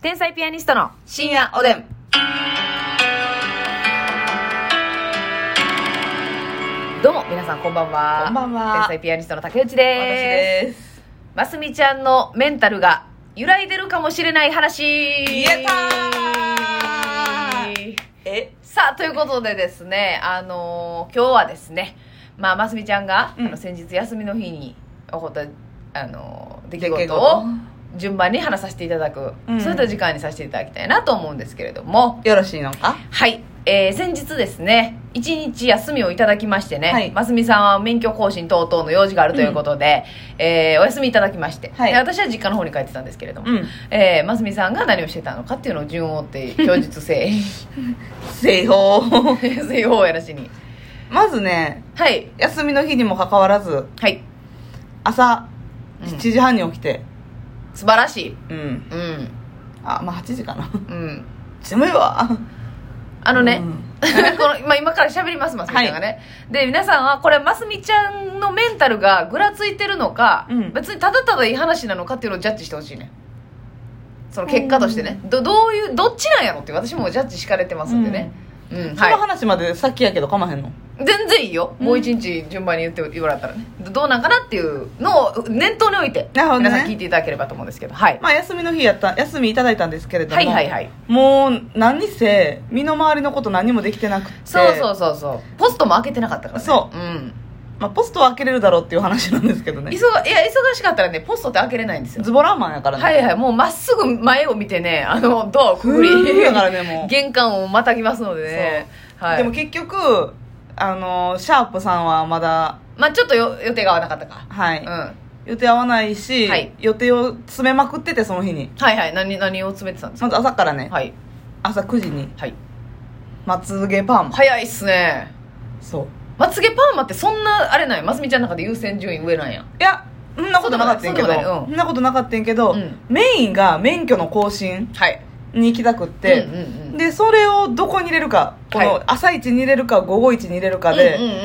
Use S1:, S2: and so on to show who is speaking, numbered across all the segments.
S1: 天才ピアニストの
S2: 深夜おでん。
S1: どうも皆さんこんばんは
S2: こんばんは
S1: 天才ピアニストの竹内です
S2: 私です。
S1: ますみちゃんのメンタルが揺らいでるかもしれない話言
S2: えたーえ
S1: さあということでですねあのー今日はですねまあますみちゃんが、
S2: うん
S1: あの先日休みの日に起こったあのー出来
S2: 出来
S1: 事を
S2: 事
S1: 順番に話させていただく、
S2: うん
S1: そういった時間にさせていただきたいなと思うんですけれども
S2: よろしいのか
S1: はい、えー先日ですね一日休みをいただきましてね、
S2: はい
S1: ますみさんは免許更新等々の用事があるということで、えーお休みいただきまして、
S2: はい
S1: で私は実家の方に帰ってたんですけれども、
S2: うん。
S1: えーますみさんが何をしてたのかっていうのを順を追って供述せ
S2: 正法。
S1: 西方やらしに
S2: まずね、
S1: はい
S2: 休みの日にもかかわらず、
S1: はい、
S2: 朝
S1: うん
S2: 7時半に起きて、
S1: 素晴らしい
S2: うん。
S1: うん
S2: あ、まあ8時かな。
S1: うん
S2: 寒いわ。
S1: あのね、
S2: うん
S1: この今今から喋りますますみちゃんがね、で皆さんはこれますみちゃんのメンタルがぐらついてるのか、
S2: うん
S1: 別にただただいい話なのかっていうのをジャッジしてほしいねその結果としてね、どどういうどっちなんやろって私もジャッジ敷かれてますんでね、うん
S2: そ
S1: は
S2: の
S1: い、
S2: 話までさっきやけどかまへんの。
S1: 全然いいよ、
S2: うん
S1: もう一日順番に言ってもらったらねどどうなんかなっていうのを念頭に置いて、
S2: なるほどね
S1: 皆さん聞いていただければと思うんですけどはい、
S2: まあ休みの日やった、休みいただいたんですけれども。
S1: はいはいはい
S2: もう何せ、身の回りのこと何もできてなくて。
S1: そうそうそうそうポストも開けてなかったからね、
S2: そう
S1: ん、
S2: まあポストは開けれるだろうっていう話なんですけ
S1: 忙
S2: ど
S1: い
S2: ね。
S1: や忙しかったらねポストって開けれないんですよ
S2: ズボラーマンやからね。
S1: はいはい、もうまっすぐ前を見てね、あの、ドアをくぐ
S2: ふー
S1: り、
S2: だからねもう
S1: 玄関をまたぎますのでね。はい。
S2: でも結局あのシャープさんはまだ
S1: まあちょっとよ予定が合わなかったか。
S2: はい、
S1: うん。は
S2: 予定合わないし、
S1: はい
S2: 予定を詰めまくっててその日に
S1: いはい、何、何を詰めてたんです
S2: ま
S1: か
S2: ず朝からね、
S1: はい。
S2: 朝9時に
S1: はい。
S2: まつげパーマ、
S1: 早いっすね。
S2: そう
S1: まつげパーマってそんな、あれなんや、ますみちゃんの中で優先順位上なんや。
S2: いやそんなことなかったんやけど
S1: そうでもない
S2: そ
S1: うん
S2: んなことなかったんやけど、
S1: うん
S2: メインが免許の更新
S1: はい。
S2: に行きたくって、
S1: うんうんうん。
S2: でそれをどこに入れるかこ
S1: はい
S2: の朝一に入れるか午後一に入れるか
S1: うんう
S2: で、
S1: んうんうんう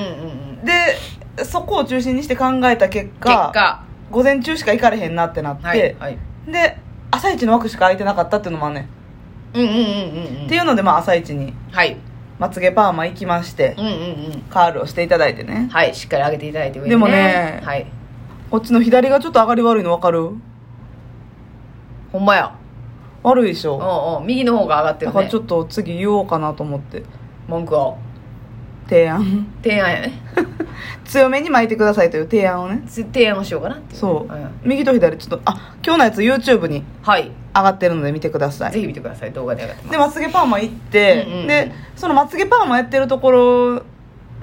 S1: ん。
S2: でそこを中心にして考えた結
S1: 結
S2: 果
S1: 果。
S2: 午前中しか行かれへんなってなって、
S1: はい。はい。
S2: で朝一の枠しか空いてなかったっていうのもあんねん
S1: うんうんうんうんうん。
S2: っていうので、まあ、朝一に
S1: はい。
S2: まつげパーマ行きまして
S1: うんうんうん。
S2: カールをしていただいてね
S1: はい、しっかり上げていただいて上に
S2: でもね
S1: はい。
S2: こっちの左がちょっと上がり悪いの分かる
S1: ほんまや。
S2: 悪いでし
S1: う
S2: ょ
S1: んうん。右の方が上がって
S2: だ
S1: る
S2: か
S1: ね
S2: らち。ょっと次言おうかなと思って
S1: 文句を。
S2: 提案
S1: 提案やね
S2: 強めに巻いてくださいという提案をね
S1: つ提案をしようかなってい
S2: そう、
S1: ん
S2: 右と左ちょっとあ今日のやつ YouTube に
S1: はい、
S2: 上がってるので見てください
S1: ぜひ見てください動画で上がってます
S2: でまつげパーマ行って、
S1: うんうんうん
S2: でそのまつげパーマやってるところ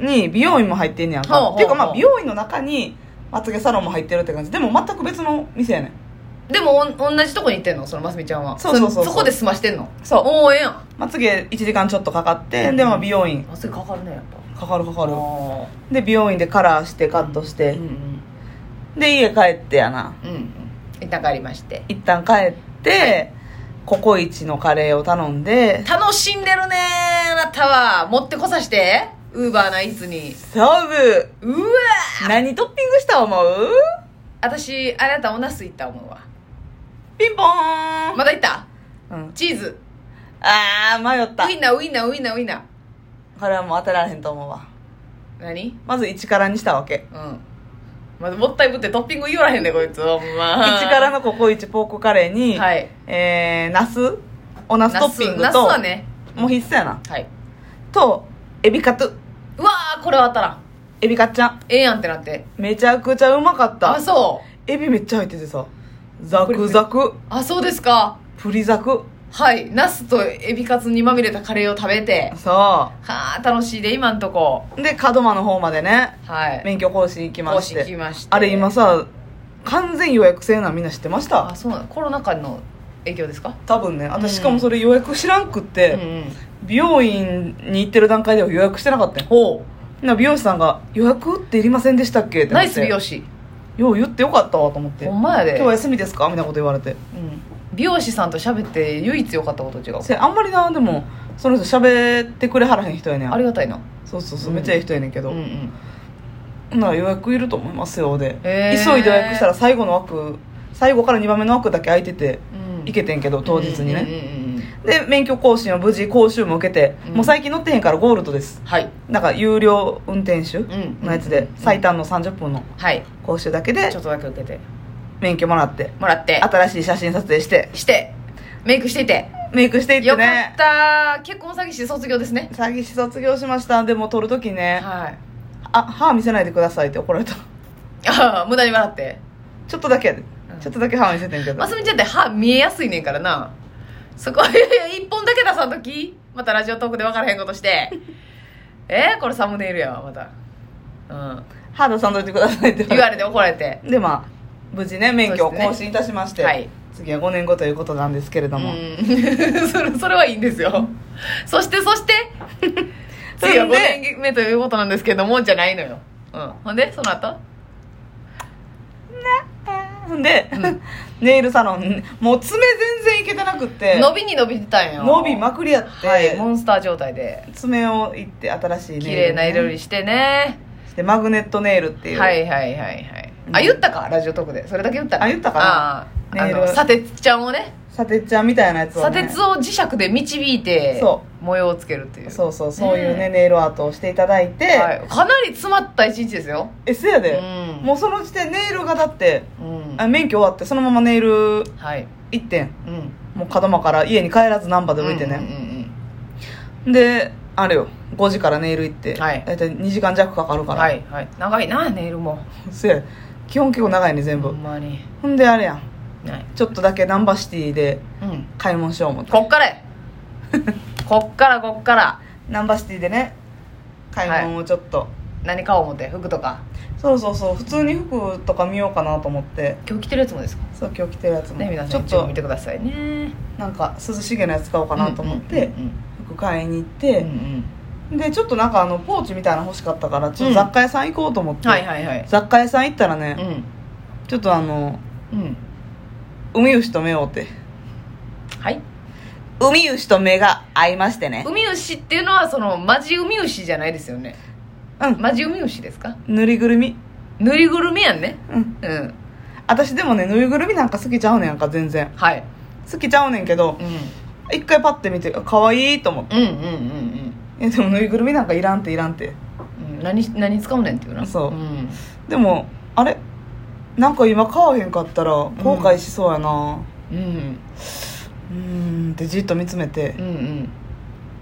S2: に美容院も入ってんねやんか、
S1: ほうほうほう
S2: っていうかまあ美容院の中にまつげサロンも入ってるって感じでも全く別の店やねん
S1: でもおん同じとこに行ってんのそのますみちゃんは
S2: そうそうそうそう
S1: そこで済ましてんのそうおおええやん
S2: まつげ1時間ちょっとかかってでまあ美容院
S1: あそれかかるねやっぱ
S2: かかるか
S1: あ
S2: かるで美容院でカラーしてカットして、
S1: うんうん
S2: で家帰ってやな
S1: うんうん一旦帰りまして
S2: 一旦帰って、ココイチのカレーを頼んで
S1: 楽しんでるねーあなたは持ってこさしてウーバーナイスに
S2: 勝負
S1: うわー
S2: 何トッピングした思う
S1: 私あなたおナス行った思うわ
S2: ピンポーン、
S1: まだ行った
S2: うん、
S1: チーズ
S2: あー迷った
S1: ウインナーウインナーウインナーウインナー
S2: これはもう当てられへんと思うわ
S1: 何
S2: まず1からにしたわけ
S1: うんまずもったいぶってトッピング言われへんでこいつほんま
S2: 1からのココイチポークカレーに、
S1: はい
S2: えー、ナスおナストッピング
S1: ナス
S2: と
S1: はね
S2: もう必須やな
S1: はい
S2: とエビカツ
S1: うわーこれは当たらん
S2: エビカツちゃん
S1: ええやんってなって
S2: めちゃくちゃうまかった
S1: あそう
S2: エビめっちゃ入っててさザクザク
S1: あそうですか
S2: プリザク
S1: はいナスとエビカツにまみれたカレーを食べて
S2: そ
S1: はあ楽しいで今んとこ
S2: うで門真の方までね
S1: はい
S2: 免許更新行きまし
S1: 講師来
S2: て
S1: まして
S2: あれ今さ完全予約制なんみんな知ってまし
S1: あ
S2: た
S1: そうなのコロナ禍の影響ですか
S2: 多分ね
S1: うん
S2: 私しかもそれ予約知らんくっ
S1: う
S2: て、
S1: ん
S2: 美容院に行ってる段階では予約してなかったよ
S1: ほ
S2: な美容師さんが「予約っていりませんでしたっけ?」っ
S1: う
S2: て
S1: ナ
S2: なって
S1: イス美容師
S2: よう言ってよかったわと思って
S1: ほんまや
S2: 今
S1: で
S2: 日は休みですか?」みたいなこと言われて
S1: うん美容師さんと喋って唯一良かったこと違う
S2: せあんまりなでもその人喋ってくれはらへん人やねん
S1: ありがたいな
S2: そうそうそう、
S1: うん
S2: めっちゃいい人やねんけ
S1: う
S2: ど、
S1: んうん
S2: ほんなら予約いると思いますよで、
S1: へー
S2: 急いで予約したら最後の枠最後から2番目の枠だけ空いてて
S1: うんうん
S2: 行けてんけど当日にね、
S1: うんうんうんうん
S2: で免許更新を無事講習も受けて、
S1: うん
S2: もう最近乗ってへんからゴールドです
S1: はい
S2: なんか有料運転手
S1: ん
S2: のやつで最短の30分の
S1: はい
S2: 講習だけで
S1: ちょっとだけ受けて
S2: 免許もらって
S1: もらって
S2: 新しい写真撮影して
S1: してメイクしていて
S2: メイクしていって
S1: よかっ
S2: ね
S1: た結婚詐欺師卒業ですね
S2: 詐欺師卒業しましたでも撮るときね、
S1: はい
S2: あ歯見せないでくださいって怒られた
S1: ああ無駄に笑って
S2: ちょっとだけやで、
S1: うん
S2: ちょっとだけ歯見せてんけど、
S1: ますみちゃんって歯見えやすいねんからなそこいやいや一本だけ出さんときまたラジオトークで分からへんことして えー、これサムネイルやわまたうん
S2: 歯出さんといてくださいって
S1: 言わ
S2: れ
S1: れて怒られて
S2: てでまあ無事ね免
S1: そ
S2: 許を
S1: うですね
S2: 更新いたしまして、
S1: はい
S2: 次は5年後ということなんですけれど
S1: う
S2: も、
S1: ん それそれはいいんですよそしてそ して次は5
S2: それで
S1: 年目ということなんですけどもじゃないのよ、うん、ほんでその後
S2: ほんで、
S1: ん
S2: ネイルサロンもう爪全然いけてなくって
S1: 伸びに伸びてたんよ
S2: 伸びまくりやって、
S1: はいモンスター状態で
S2: 爪をいって新しいネイル
S1: 綺麗な色にしてね
S2: でマグネットネイルっていう、
S1: はいはいはいはい、
S2: うん
S1: あ言ったかラジオトークでそれだけ言ったか
S2: あ言ったかな
S1: あああ
S2: ネイル
S1: の砂鉄ちゃんをね
S2: 砂鉄ちゃんみたいなやつを、
S1: 砂
S2: ね、
S1: 鉄を磁石で導いて
S2: そ
S1: 模様をつけるっていう
S2: そうそうそういう
S1: ね
S2: ねネイルアートをしていただいて、
S1: はい、かなり詰まった一日ですよ
S2: えせやで、
S1: うん
S2: もうその時点ネイルがだって
S1: うん
S2: あ免許終わってそのままネイル
S1: はい
S2: 行ってん
S1: うん
S2: もう門間から家に帰らず難波で降りて
S1: うんうん
S2: ね、
S1: うん
S2: であれよ5時からネイル行って、
S1: はい
S2: 大体2時間弱かかるから、
S1: は、いはい長いなネイルも
S2: せや基本結構長いね全部、
S1: ほんまに
S2: ほんであれやん
S1: ない
S2: ちょっとだけ難波シティで
S1: うん
S2: 買い物しよう思って
S1: こっからやこっからこっから
S2: 難波シティでね買い物をちょっと、
S1: 何買おう思って服とか
S2: そうそうそう普通に服とか見ようかなと思って
S1: 今日着てるやつもですか
S2: そう今日着てるやつも、
S1: ね皆
S2: ち
S1: さ
S2: ょ
S1: ん
S2: っ
S1: 一応
S2: と
S1: 見てくださいね
S2: なんか涼しげなやつ買おうかなと思って
S1: うんうん
S2: 服買いに行
S1: う
S2: っ
S1: ん
S2: て
S1: うんうん
S2: でちょっとなんかあのポーチみたいなの欲しかったからちょっと雑貨屋さん行こうと思っ
S1: うん
S2: て、
S1: はいはいはい
S2: 雑貨屋さん行ったら
S1: う
S2: ね、
S1: ん
S2: ちょっとあの
S1: うん
S2: 海牛と目をって
S1: はい
S2: 海牛と目が合いましてね
S1: 海牛っていうのはそのマジ海牛じゃないですよね
S2: うん
S1: マジ海牛ですか
S2: ぬりぐるみ
S1: ぬりぐるみやんね
S2: うん
S1: うん
S2: 私でもねぬりぐるみなんか好きちゃうねんか全然
S1: はい
S2: 好きちゃうねんけど
S1: うん
S2: 一回パッて見てあ可愛いと思って
S1: うんうんうん
S2: えでもぬいぐるみなんかいらんっていらんって
S1: うんうん何何使うねんっていうな
S2: そうんでもあれなんか今買わへんかったら後悔しそうやな
S1: うん
S2: うーんってじっと見つめて
S1: うんうん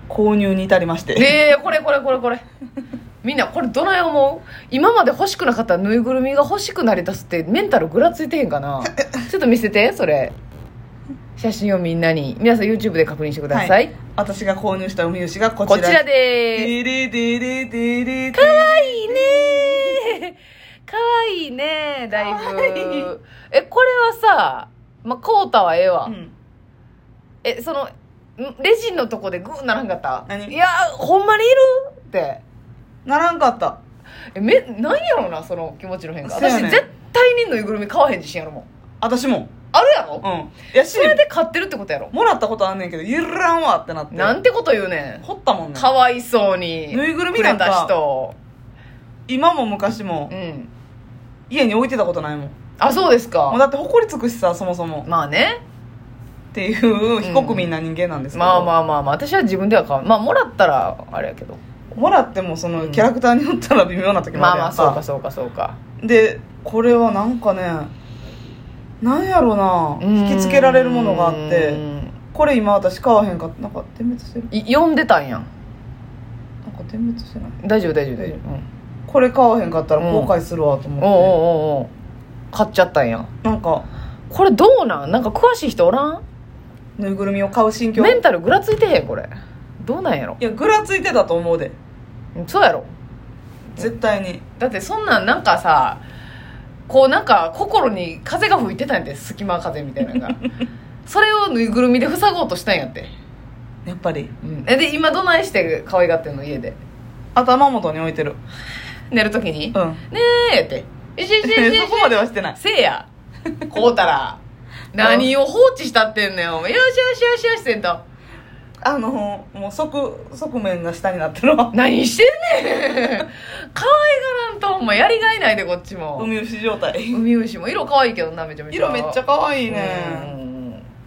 S2: 購入に至りまして
S1: ええこれこれこれこれみんなこれどない思う今まで欲しくなかったぬいぐるみが欲しくなりだすってメンタルぐらついてへんかなちょっと見せてそれ写真をみんなに皆さん YouTube で確認してください、
S2: はい私が購入した海牛がこ
S1: こ
S2: ちら
S1: ちらでー
S2: デレデレデレデ
S1: すかわいいねーかわいいねーだい
S2: か
S1: ぶ
S2: わいい
S1: えこれはさまあコータはええわ、
S2: うん
S1: えそのんレジンのとこでグーならんかったい
S2: 何
S1: やーほんまにいるって
S2: ならんかった
S1: えめなんやろうなその気持ちの変化、
S2: そうや
S1: 私
S2: ね
S1: 絶対にぬいぐるみ買わへん自信やるもん
S2: 私も
S1: あるやろ、
S2: うんいやし
S1: それで買ってるってことやろ、
S2: もらったことあんねんけどいらんわってなって
S1: なんてこと言うね
S2: 掘ったもん
S1: ん
S2: ね
S1: かわいそうに
S2: ぬいぐるみ
S1: く
S2: な
S1: れ
S2: んか
S1: た人
S2: 今も昔も
S1: うん
S2: 家に置いてたことないもん
S1: あそうです
S2: もう
S1: か
S2: だって埃つくしさそもそも
S1: まあね
S2: っていう非国民な人間なんですけど、
S1: まあまあまあまあ私は自分では買うまあもらったらあれやけど
S2: もらってもそのキャラクターによったら微妙な時も
S1: ま
S2: あ
S1: あ
S2: る
S1: ま
S2: や
S1: あ
S2: んか,、
S1: そうかそうかそうか
S2: でこれはなんかねなんやろな
S1: うーん
S2: 引きつけられるものがあって
S1: うん
S2: これ今私買わへんかったなんか点滅してる
S1: い読んでたんやん
S2: なんか点滅してない
S1: 大丈夫大丈夫大
S2: 大
S1: 丈
S2: 丈
S1: 夫、うん
S2: これ買わへんかったら後悔するわと思って、
S1: おうおうおうおう買っちゃったんや
S2: なんか
S1: これどうなんなんか詳しい人おらん
S2: ぬいぐるみを買う心境
S1: メン
S2: い
S1: タルぐらついてへんこれどうなんやろ
S2: やぐらついてたと思うで
S1: そうやろ
S2: 絶対に
S1: だってそんなんなんかさこうなんか心に風が吹いてたんやて隙間風みたいなの がそれをぬいぐるみで塞ごうとしたんやって、
S2: やっぱり
S1: うん、えで今どないして可愛がってんの家で
S2: 頭元に置いてる
S1: 寝るときに、
S2: うん
S1: ねえって「いしいしいしいしい
S2: そこまではしてない
S1: せいやこうたら何を放置したってんねんお前よしよしよしよしせんと
S2: あのもう側側面が下になってる わ
S1: 何してんねん可愛がらんとほんまやりがいないでこっちも
S2: 海牛状態
S1: 海牛も色可愛いけどなめちゃめちゃ
S2: 色めっちゃ可愛いね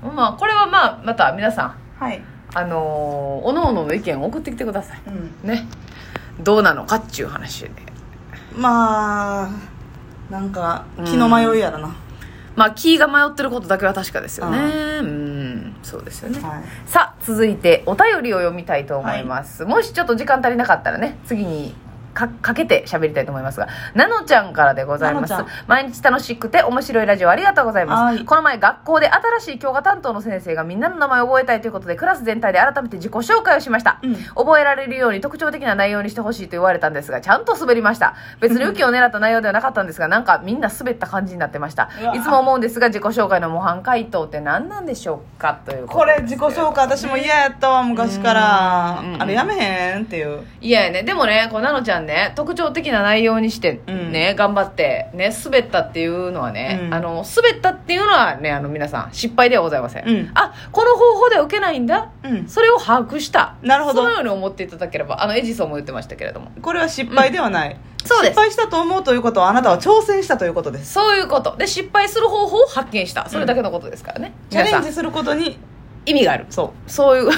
S1: うんまあこれはまあまた皆さん
S2: はい
S1: あのー、おのおのの意見を送ってきてくださ
S2: うん
S1: いねどうなのかっちゅう話で
S2: まあなんか気の迷いやらな、
S1: まあ気が迷ってることだけは確かですよね
S2: あ
S1: うんそうですよね
S2: はい
S1: さあ続いてお便りを読みたいと思います、もしちょっと時間足りなかったらね次にかかけて喋りたいと思いますがなのちゃんからでございます
S2: なのち
S1: 毎日楽しくて面白いラジオありがとうございます、
S2: はい
S1: この前学校で新しい教科担当の先生がみんなの名前を覚えたいということでクラス全体で改めて自己紹介をしました、
S2: うん
S1: 覚えられるように特徴的な内容にしてほしいと言われたんですがちゃんと滑りました別に受けを狙った内容ではなかったんですがなんかみんな滑った感じになってました
S2: うわ
S1: いつも思うんですが自己紹介の模範解答って何なんでしょうかという
S2: これ自己
S1: 介
S2: 紹介私も嫌やったわ昔から、
S1: うん
S2: あれやめへんっていう
S1: いやねでもねこうなのちゃんね特徴的な内容にしてね、頑張ってね滑ったっていうのはね、
S2: うん
S1: あの滑ったっていうのはねあの皆さん失敗ではございません、
S2: うん
S1: あこの方法では受けないんだ
S2: うん
S1: それを把握した
S2: なるほ
S1: そ
S2: ど
S1: のように思っていただければあのエジソンも言ってましたけれども
S2: これは失敗ではない、
S1: そうです
S2: 失敗したと思うということはあなたは挑戦したということです
S1: そういうことで失敗する方法を発見したそれだけのことですからね、
S2: チャレ
S1: 皆
S2: ン
S1: さ
S2: ジ
S1: ん
S2: することに
S1: 意味がある
S2: そ
S1: そう いう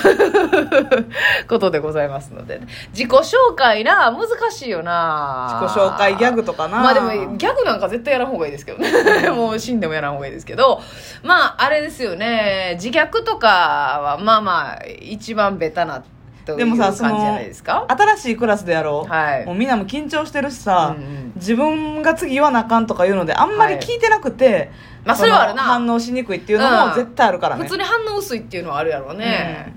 S1: ことでございますので、自己紹介な難しいよ
S2: う
S1: な
S2: 自己紹介ギャグとかな
S1: まあでもギャグなんか絶対やらん方がいいですけどねもう死んでもやらん方がいいですけどまああれですよね自虐とかはまあまあ一番ベタなとい
S2: で
S1: う
S2: も
S1: 感
S2: さ
S1: じじゃないですか
S2: 新しいクラスでやろう、
S1: はい
S2: もうみんなも緊張してるしさ、
S1: うんうん
S2: 自分が次言わなあかんとかいうのであんまり聞いてなくて、
S1: まあそれはあるな
S2: の反応しにくいっていうの
S1: うん
S2: も絶対あるからね、
S1: 普通に反応薄いっていうのはあるやろうね、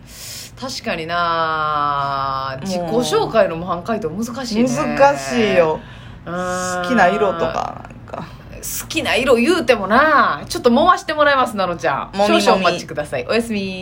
S1: 確かにな自己紹介の模範解答難しいね
S2: 難しいよ
S1: 好
S2: 好きな色とかなんか
S1: 好きな色言うてもなちょっと回してもらいますなのちゃん
S2: もみもみ
S1: 少々お待ちくださいおやすみ